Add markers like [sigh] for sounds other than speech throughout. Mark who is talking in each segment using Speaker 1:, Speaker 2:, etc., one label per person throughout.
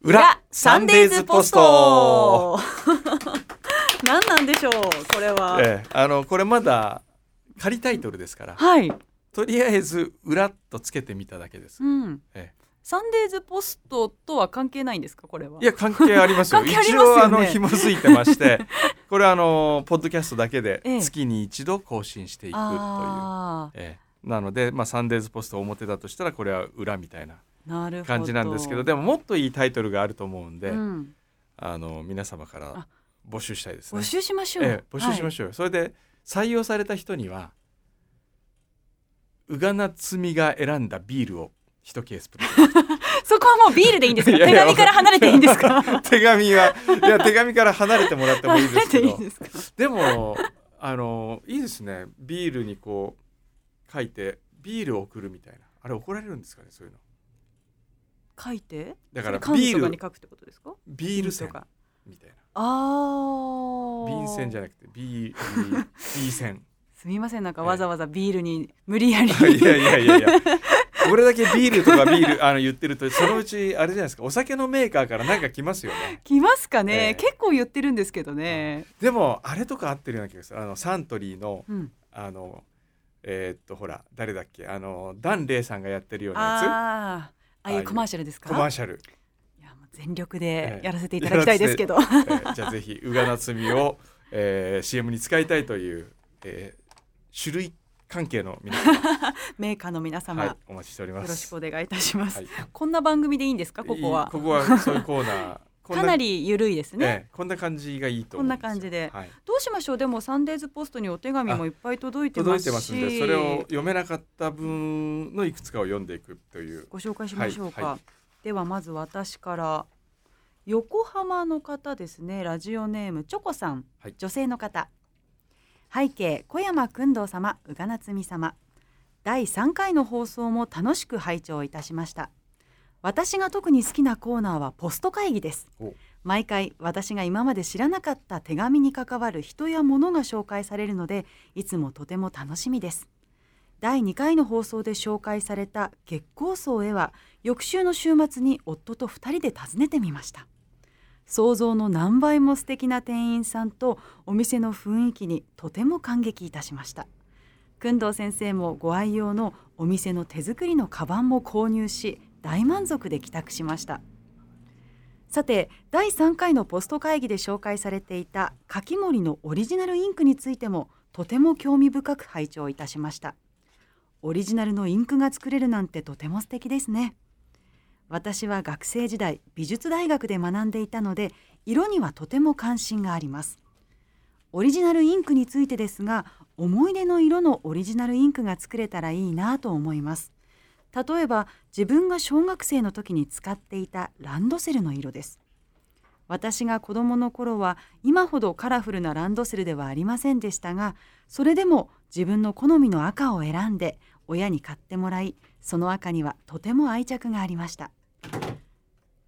Speaker 1: 裏サンデーズポスト、
Speaker 2: [laughs] 何なんでしょうこれは、
Speaker 1: ええ、あのこれまだ仮タイトルですから
Speaker 2: はい、
Speaker 1: とりあえず「裏」とつけてみただけです
Speaker 2: う。ん
Speaker 1: ええ
Speaker 2: サンデーズポストとは関係ないんですかこれはい
Speaker 1: や関係ありますよ
Speaker 2: 関係あり
Speaker 1: 一
Speaker 2: ますよね
Speaker 1: 応あの紐づいてまして
Speaker 2: [laughs]
Speaker 1: これはあのポッドキャストだけで
Speaker 2: ええ
Speaker 1: 月に一度更新していくという、
Speaker 2: あ
Speaker 1: ええなので、まあ、サンデーズポスト表だとしたらこれは裏みたいな
Speaker 2: ーなるほど
Speaker 1: 感じなんですけどでももっといいタイトルがあると思うんで、
Speaker 2: うん、
Speaker 1: あの皆様か
Speaker 2: あ
Speaker 1: ら募集したいですね
Speaker 2: 募。集しましょう、
Speaker 1: ええ、募集しま
Speaker 2: し
Speaker 1: しょうよ、それで採用された人にはうがなつみが選んだビールを一ケースプレ [laughs] ゼン
Speaker 2: ょうそこはもうビールでいいんです
Speaker 1: [laughs]
Speaker 2: か
Speaker 1: いやいや
Speaker 2: 手紙から離れていいんですか離
Speaker 1: ト手紙はいや手紙から離れてもらってもい [laughs] [laughs] いで
Speaker 2: れ
Speaker 1: すけ
Speaker 2: ていい
Speaker 1: ど
Speaker 2: んですか
Speaker 1: でもあのいいですねビールにこう書いてビールを送るみたいなあれ怒られるんですかねそういうの
Speaker 2: 書いて
Speaker 1: だから
Speaker 2: それ缶
Speaker 1: ビ
Speaker 2: とか
Speaker 1: ー
Speaker 2: に
Speaker 1: ル
Speaker 2: 書くってことですか
Speaker 1: ビール
Speaker 2: と
Speaker 1: 船
Speaker 2: か
Speaker 1: みたいな
Speaker 2: あー
Speaker 1: 便箋じゃなくてビールビー船
Speaker 2: すみませんなんかわざわざビールに無理やり、
Speaker 1: [laughs] いやいやいやい
Speaker 2: [laughs]
Speaker 1: や。これだけビールとかビールあの言ってるとそのうちあれじゃないですかお酒のメーカーからなんか来ますよね
Speaker 2: 来ますかね、
Speaker 1: ええ
Speaker 2: 結構言ってるんですけどね、
Speaker 1: でもあれとか合ってるような気がするあのサントリーの
Speaker 2: うん、
Speaker 1: あのえーっとほら誰だっけあのダンレイさんがやってるような
Speaker 2: ああああ
Speaker 1: あ
Speaker 2: い
Speaker 1: あいうう
Speaker 2: コマーシャルです
Speaker 1: やつコマ
Speaker 2: か
Speaker 1: ーシャル、
Speaker 2: いやもう全力で
Speaker 1: ええ
Speaker 2: やらせていただきたいですけど、
Speaker 1: えーじゃあぜひ「うがなつみを」えー CM に使いたいという、えー種類関係の皆様、
Speaker 2: [laughs] メーカーの [laughs] 皆様、
Speaker 1: はい
Speaker 2: よ、
Speaker 1: お待ちしております
Speaker 2: ろしくお願いいたします、
Speaker 1: はい
Speaker 2: こんな番組でいいんですかここ
Speaker 1: いい
Speaker 2: は
Speaker 1: ここはそういうコーナーこん
Speaker 2: かなりゆるいですね、
Speaker 1: ええこんな感じがいいと思うんですよ
Speaker 2: こんな感じで
Speaker 1: はい
Speaker 2: どうしましょうでもサンデーズポストにお手紙もいっぱい届いてま
Speaker 1: 届
Speaker 2: す
Speaker 1: い
Speaker 2: して
Speaker 1: ますんでそれを読めなかった分のいくつかを読んでいくという
Speaker 2: ご紹介しましょうか、
Speaker 1: はいはい
Speaker 2: ではまず私から横浜の方ですねラジオネームチョコさん、
Speaker 1: はい
Speaker 2: 女性の方背景小山君堂様宇賀なつみ様第3回の放送も楽しく拝聴いたしました私が特に好きなコーナーはポスト会議です
Speaker 1: お
Speaker 2: 毎回私が今まで知らなかった手紙に関わる人や物が紹介されるのでいつもとても楽しみです第2回の放送で紹介された月光荘へは翌週の週末に夫と2人で訪ねてみました想像の何倍も素敵な店員さんとお店の雰囲気にとても感激いたしました薫堂先生もご愛用のお店の手作りのカバンも購入し大満足で帰宅しましたさて第3回のポスト会議で紹介されていた柿森のオリジナルインクについてもとても興味深く拝聴いたしましたオリジナルのインクが作れるなんてとても素敵ですね私は学生時代美術大学で学んでいたので色にはとても関心がありますオリジナルインクについてですが思い出の色のオリジナルインクが作れたらいいなと思います例えば自分が小学生の時に使っていたランドセルの色です私が子供の頃は今ほどカラフルなランドセルではありませんでしたがそれでも自分の好みの赤を選んで親に買ってもらいその赤にはとても愛着がありました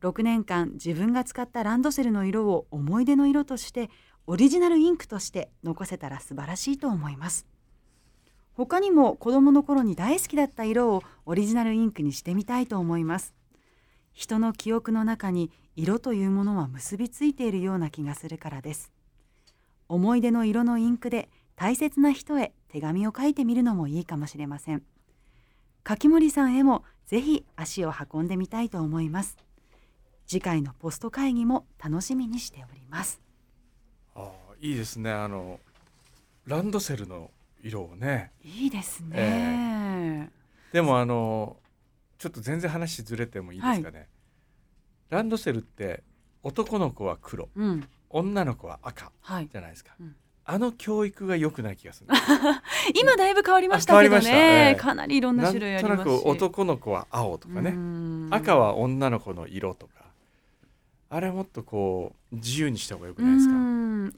Speaker 2: 6年間自分が使ったランドセルの色を思い出の色としてオリジナルインクとして残せたら素晴らしいと思います他にも子供の頃に大好きだった色をオリジナルインクにしてみたいと思います人の記憶の中に色というものは結びついているような気がするからです思い出の色のインクで大切な人へ手紙を書いてみるのもいいかもしれません柿森さんへもぜひ足を運んでみたいと思います次回のポスト会議も楽しみにしております
Speaker 1: ああいいですねあのランドセルの色をね
Speaker 2: いいですね、
Speaker 1: でもあのちょっと全然話ずれてもいいですかね、ランドセルって男の子は黒
Speaker 2: うん
Speaker 1: 女の子は赤
Speaker 2: はい
Speaker 1: じゃないですか、
Speaker 2: うん
Speaker 1: あの教育が良くない気がするんです [laughs]
Speaker 2: 今だいぶ変わりましたけど
Speaker 1: あ変わりました
Speaker 2: ね、
Speaker 1: ええ
Speaker 2: かなりいろんな種類あり
Speaker 1: な
Speaker 2: ま
Speaker 1: ん
Speaker 2: すし
Speaker 1: となく男の子は青とかね、赤
Speaker 2: は
Speaker 1: は女の子の色とかあれはもっとこう自由にした方が良くないですか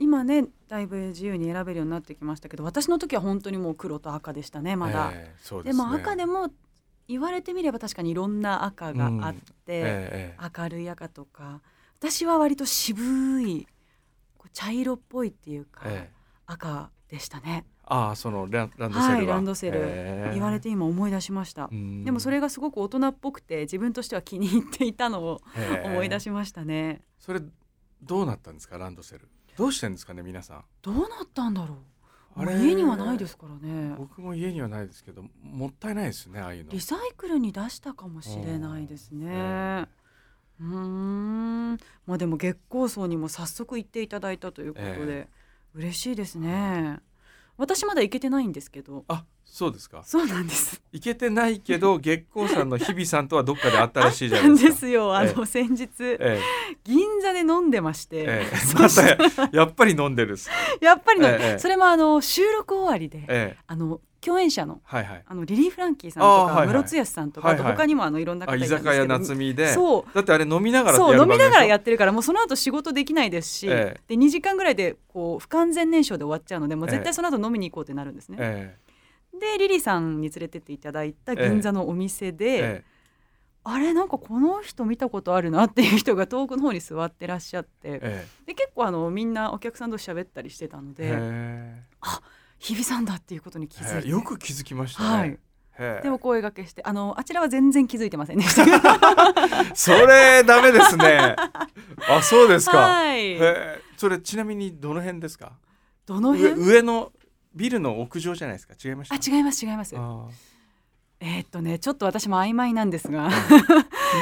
Speaker 2: 今ねだいぶ自由に選べるようになってきましたけど私の時は本当にもう黒と赤でしたねまだ、
Speaker 1: ええそう
Speaker 2: で
Speaker 1: ですね
Speaker 2: も赤でも言われてみれば確かにいろんな赤があって、
Speaker 1: えええ
Speaker 2: 明るい赤とか私は割と渋いこう茶色っぽいっていうか、
Speaker 1: えええ
Speaker 2: 赤でしたね
Speaker 1: ああそのランランドセルは、
Speaker 2: はいランドセル
Speaker 1: へえ
Speaker 2: 言われて今思い出しました
Speaker 1: うん
Speaker 2: でもそれがすごく大人っぽくて自分としては気に入っていたのを
Speaker 1: へえ
Speaker 2: 思い出しましたね
Speaker 1: それどうなったんですかランドセルどうしてんですかね皆さん
Speaker 2: どうなったんだろ
Speaker 1: あ
Speaker 2: うも
Speaker 1: れ
Speaker 2: う家にはないですからね
Speaker 1: 僕も家にはないですけどもったいないですねああいうの
Speaker 2: リサイクルに出したかもしれないですねうーんまあでも月光荘にも早速行っていただいたということで、
Speaker 1: え
Speaker 2: 嬉しいですね私まだ行けてないんですけど
Speaker 1: あそうですか
Speaker 2: そうなんです
Speaker 1: 行けてないけ
Speaker 2: [laughs]
Speaker 1: ど月光さんの日々さんとはどっかで会ったらしいじゃ
Speaker 2: あ
Speaker 1: な
Speaker 2: ったん
Speaker 1: いで
Speaker 2: です
Speaker 1: か
Speaker 2: すよあ
Speaker 1: ええ
Speaker 2: の、先日、
Speaker 1: え
Speaker 2: 銀座で飲んでまして、
Speaker 1: えええ
Speaker 2: そ
Speaker 1: ま
Speaker 2: したて
Speaker 1: ややっぱり飲んでるっす、
Speaker 2: やっぱりの、
Speaker 1: ええええ
Speaker 2: それもあの収録終わりで、
Speaker 1: ええ、
Speaker 2: あの共演者の
Speaker 1: はいはい
Speaker 2: あのリリー・フランキーさんと
Speaker 1: あー
Speaker 2: か、
Speaker 1: はいはい
Speaker 2: ムロツヨシさんとか、あと
Speaker 1: はいはい
Speaker 2: 他にもあのいろんな
Speaker 1: あ
Speaker 2: 方い
Speaker 1: 居
Speaker 2: たんですけ
Speaker 1: 酒
Speaker 2: ど
Speaker 1: 屋夏みで
Speaker 2: そう
Speaker 1: だってあれ飲みながら
Speaker 2: そう飲みながらや
Speaker 1: っ
Speaker 2: ってるからもうその後仕事できないですし、
Speaker 1: え
Speaker 2: で2時間ぐらいでこう不完全燃焼で終わっちゃうのでもう絶
Speaker 1: ええ
Speaker 2: 対その後飲みに行こうってなるんですね。
Speaker 1: え
Speaker 2: でリリーさんに連れてっていただいた
Speaker 1: ええ
Speaker 2: 銀座のお店で、
Speaker 1: ええ
Speaker 2: あれなんかこの人見たことあるなっていう人が遠くの方に座ってらっしゃって
Speaker 1: ええ
Speaker 2: で結構あのみんなお客さんと喋ったりしてたの
Speaker 1: え
Speaker 2: で
Speaker 1: え
Speaker 2: 日比さんだっていうことに気づい
Speaker 1: え
Speaker 2: て。
Speaker 1: えよく気づきましたね、
Speaker 2: はい、
Speaker 1: ええ
Speaker 2: でお声掛けしてあのあちらは全然気づいてませんでした
Speaker 1: それダメです
Speaker 2: [laughs]
Speaker 1: ねあそうですか、
Speaker 2: はい
Speaker 1: ええそれちなみにどの辺ですか
Speaker 2: どの
Speaker 1: 上
Speaker 2: 辺
Speaker 1: 上のビルの屋上じゃないですか違いました
Speaker 2: あ違います違います
Speaker 1: ああ
Speaker 2: えーっとねちょっと私も曖昧なんですが
Speaker 1: 日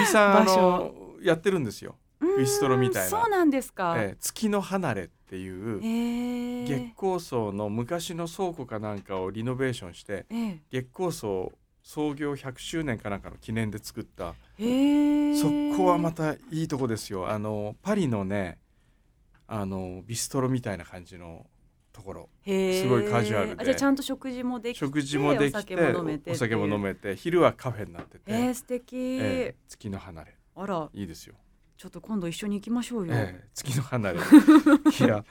Speaker 1: 比さんあ
Speaker 2: 場所
Speaker 1: のやってるんですよ、
Speaker 2: うーん
Speaker 1: ビストロみたいな
Speaker 2: そうなんですか。
Speaker 1: ええ月の離れっていう
Speaker 2: ええ
Speaker 1: 月光荘の昔の倉庫かなんかをリノベーションして
Speaker 2: え
Speaker 1: 月光荘創業100周年かなんかの記念で作った
Speaker 2: えええ
Speaker 1: そこはまたいいとこですよあのパリのねあのビストロみたいな感じのところ
Speaker 2: へえ
Speaker 1: すごいカジュアルで
Speaker 2: あじゃあちゃんと食事もできて
Speaker 1: 食事もできて
Speaker 2: お酒も飲めて
Speaker 1: お酒も飲
Speaker 2: め
Speaker 1: めて昼はカフェになってて、
Speaker 2: えー、素敵、
Speaker 1: ええ月の離れ
Speaker 2: あら
Speaker 1: いいですよ、
Speaker 2: ちょっと今度一緒に行きましょうよ、
Speaker 1: ええ月の
Speaker 2: [laughs]
Speaker 1: 離れいや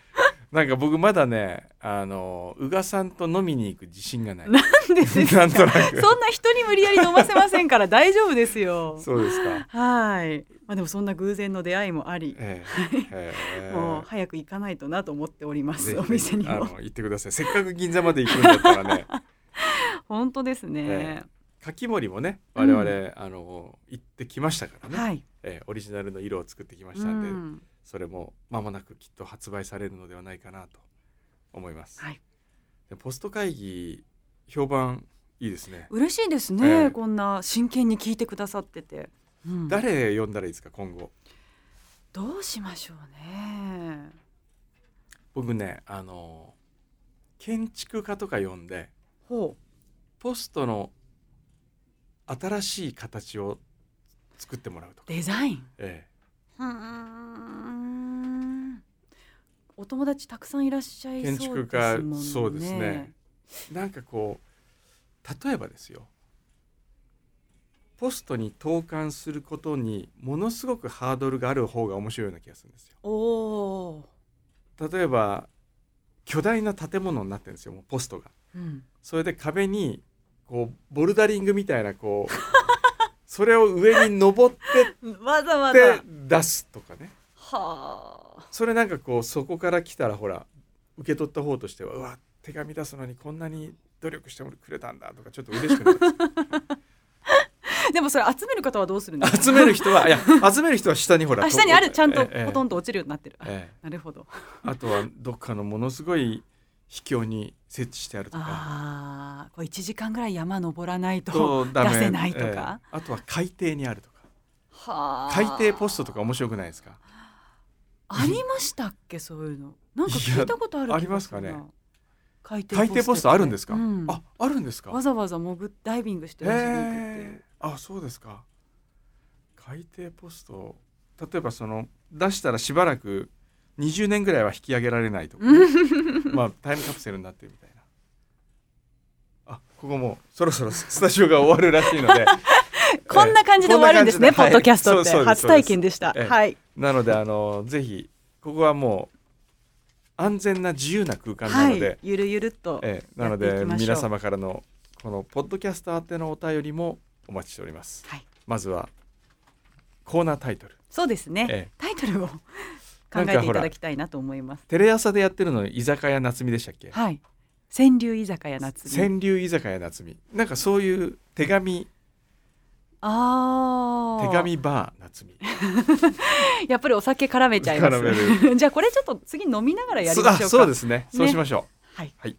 Speaker 1: なんか僕まだねあの宇賀さんと飲みに行く自信がない
Speaker 2: なん [laughs] でです
Speaker 1: な
Speaker 2: か
Speaker 1: んとなく
Speaker 2: そんな人に無理やり飲ませませんから大丈夫です
Speaker 1: [laughs]
Speaker 2: よ
Speaker 1: そうですか
Speaker 2: はいまあでもそんな偶然の出会いもあり、
Speaker 1: え
Speaker 2: [laughs]
Speaker 1: えええ
Speaker 2: もう早く行かないとなと思っておりま
Speaker 1: ぜ
Speaker 2: す
Speaker 1: ひ
Speaker 2: お店に
Speaker 1: あ
Speaker 2: も
Speaker 1: の行ってくださいせっかく銀座まで行くんだったらね
Speaker 2: 本当ですね、
Speaker 1: えかき盛りもね我々、
Speaker 2: うん
Speaker 1: あの行ってきましたからね、
Speaker 2: はい、
Speaker 1: ええオリジナルの色を作ってきまし
Speaker 2: う
Speaker 1: たんで、
Speaker 2: ん、
Speaker 1: それも間もなくきっと発売されるのではないかなと思います、
Speaker 2: はい
Speaker 1: でポスト会議評判いいですね、
Speaker 2: 嬉しいですね、
Speaker 1: ええ
Speaker 2: こんな真剣に聞いてくださってて、うん
Speaker 1: 誰呼んだらいいですか今後
Speaker 2: どうしましょうね
Speaker 1: 僕ねあの建築家とか呼んで
Speaker 2: ほ
Speaker 1: ポストの新しい形を作ってもらうと
Speaker 2: う
Speaker 1: か、
Speaker 2: デザイン
Speaker 1: え
Speaker 2: うんお友達たくさんいらっしゃ
Speaker 1: え
Speaker 2: い
Speaker 1: 建
Speaker 2: そう
Speaker 1: 築
Speaker 2: です
Speaker 1: 家
Speaker 2: もんね
Speaker 1: そうですねなんかこう例えばですよポストに投函することにものすごくハードルがある方が面白いような気がするんですよ
Speaker 2: おお
Speaker 1: 例えば巨大な建物になってるんですよもうポストが
Speaker 2: ー、うん、
Speaker 1: それで壁にこうボルダリングみたいなこうそれを上に登
Speaker 2: [laughs]
Speaker 1: って
Speaker 2: わざわざ
Speaker 1: って出すとかね
Speaker 2: はあ
Speaker 1: それなんかこうそこから来たらほら受け取った方としてはうわ手紙出すのにこんなに努力してくれたんだとかちょっと嬉しくなる
Speaker 2: でもそれ集める方はどうするんですか
Speaker 1: 集める人はい
Speaker 2: [laughs]
Speaker 1: や集める人は下にほら
Speaker 2: あ下にあるちゃんと
Speaker 1: ええ
Speaker 2: ポトンと落ちるようになってる、
Speaker 1: ええ
Speaker 2: なるほど
Speaker 1: あとはどっかのものすごい秘境に設置してあるとか
Speaker 2: ああこれ1時間ぐらい山登らないと
Speaker 1: とダメ
Speaker 2: 出せないとか
Speaker 1: ええあとは海底にあるとか
Speaker 2: は
Speaker 1: 海底ポストとか面白くないですか
Speaker 2: ありましたっけそういうのなんか聞いたことあ
Speaker 1: い
Speaker 2: る気が
Speaker 1: やありますかね
Speaker 2: するな海底
Speaker 1: 海底ポストあるんですか、
Speaker 2: うん
Speaker 1: ああるんですか
Speaker 2: わざわざ潜っダイビングして見せに行くってい
Speaker 1: え
Speaker 2: う、
Speaker 1: ーあそうですか海底ポスト例えばその出したらしばらく20年ぐらいは引き上げられないとか、
Speaker 2: [laughs]
Speaker 1: まあタイムカプセルになってるみたいなあここもうそろそ [laughs] ろスタジオが終わるらしいので
Speaker 2: [laughs] こんな感じで終わるんですね、
Speaker 1: こ
Speaker 2: ポ
Speaker 1: な
Speaker 2: ッ
Speaker 1: 感じ
Speaker 2: ドキャストって、
Speaker 1: はいそうそうです
Speaker 2: 初体験でした
Speaker 1: そうですええ
Speaker 2: はい
Speaker 1: なのであのぜひここはもう安全な自由な空間なので、
Speaker 2: はいゆるゆるっと、
Speaker 1: ええなの
Speaker 2: やってい
Speaker 1: で
Speaker 2: きましょう
Speaker 1: 皆様からのこのポッドキャスター宛てのお便りもお待ちしております
Speaker 2: はい
Speaker 1: まずはコーナータイトル
Speaker 2: そうですね、
Speaker 1: ええ
Speaker 2: タイトルを考えていただきたいなと思います
Speaker 1: テレ朝でやってるの居酒屋夏美でしたっけ
Speaker 2: はい川柳居酒屋夏美
Speaker 1: 川柳居酒屋夏美なんかそういう手紙
Speaker 2: ああ
Speaker 1: 手紙バー夏美
Speaker 2: やっぱりお酒絡めちゃいます
Speaker 1: 絡め
Speaker 2: [laughs] じゃあこれちょっと次飲みながらやりましょうか
Speaker 1: そうあそうですねそうしましょう、
Speaker 2: はい
Speaker 1: はい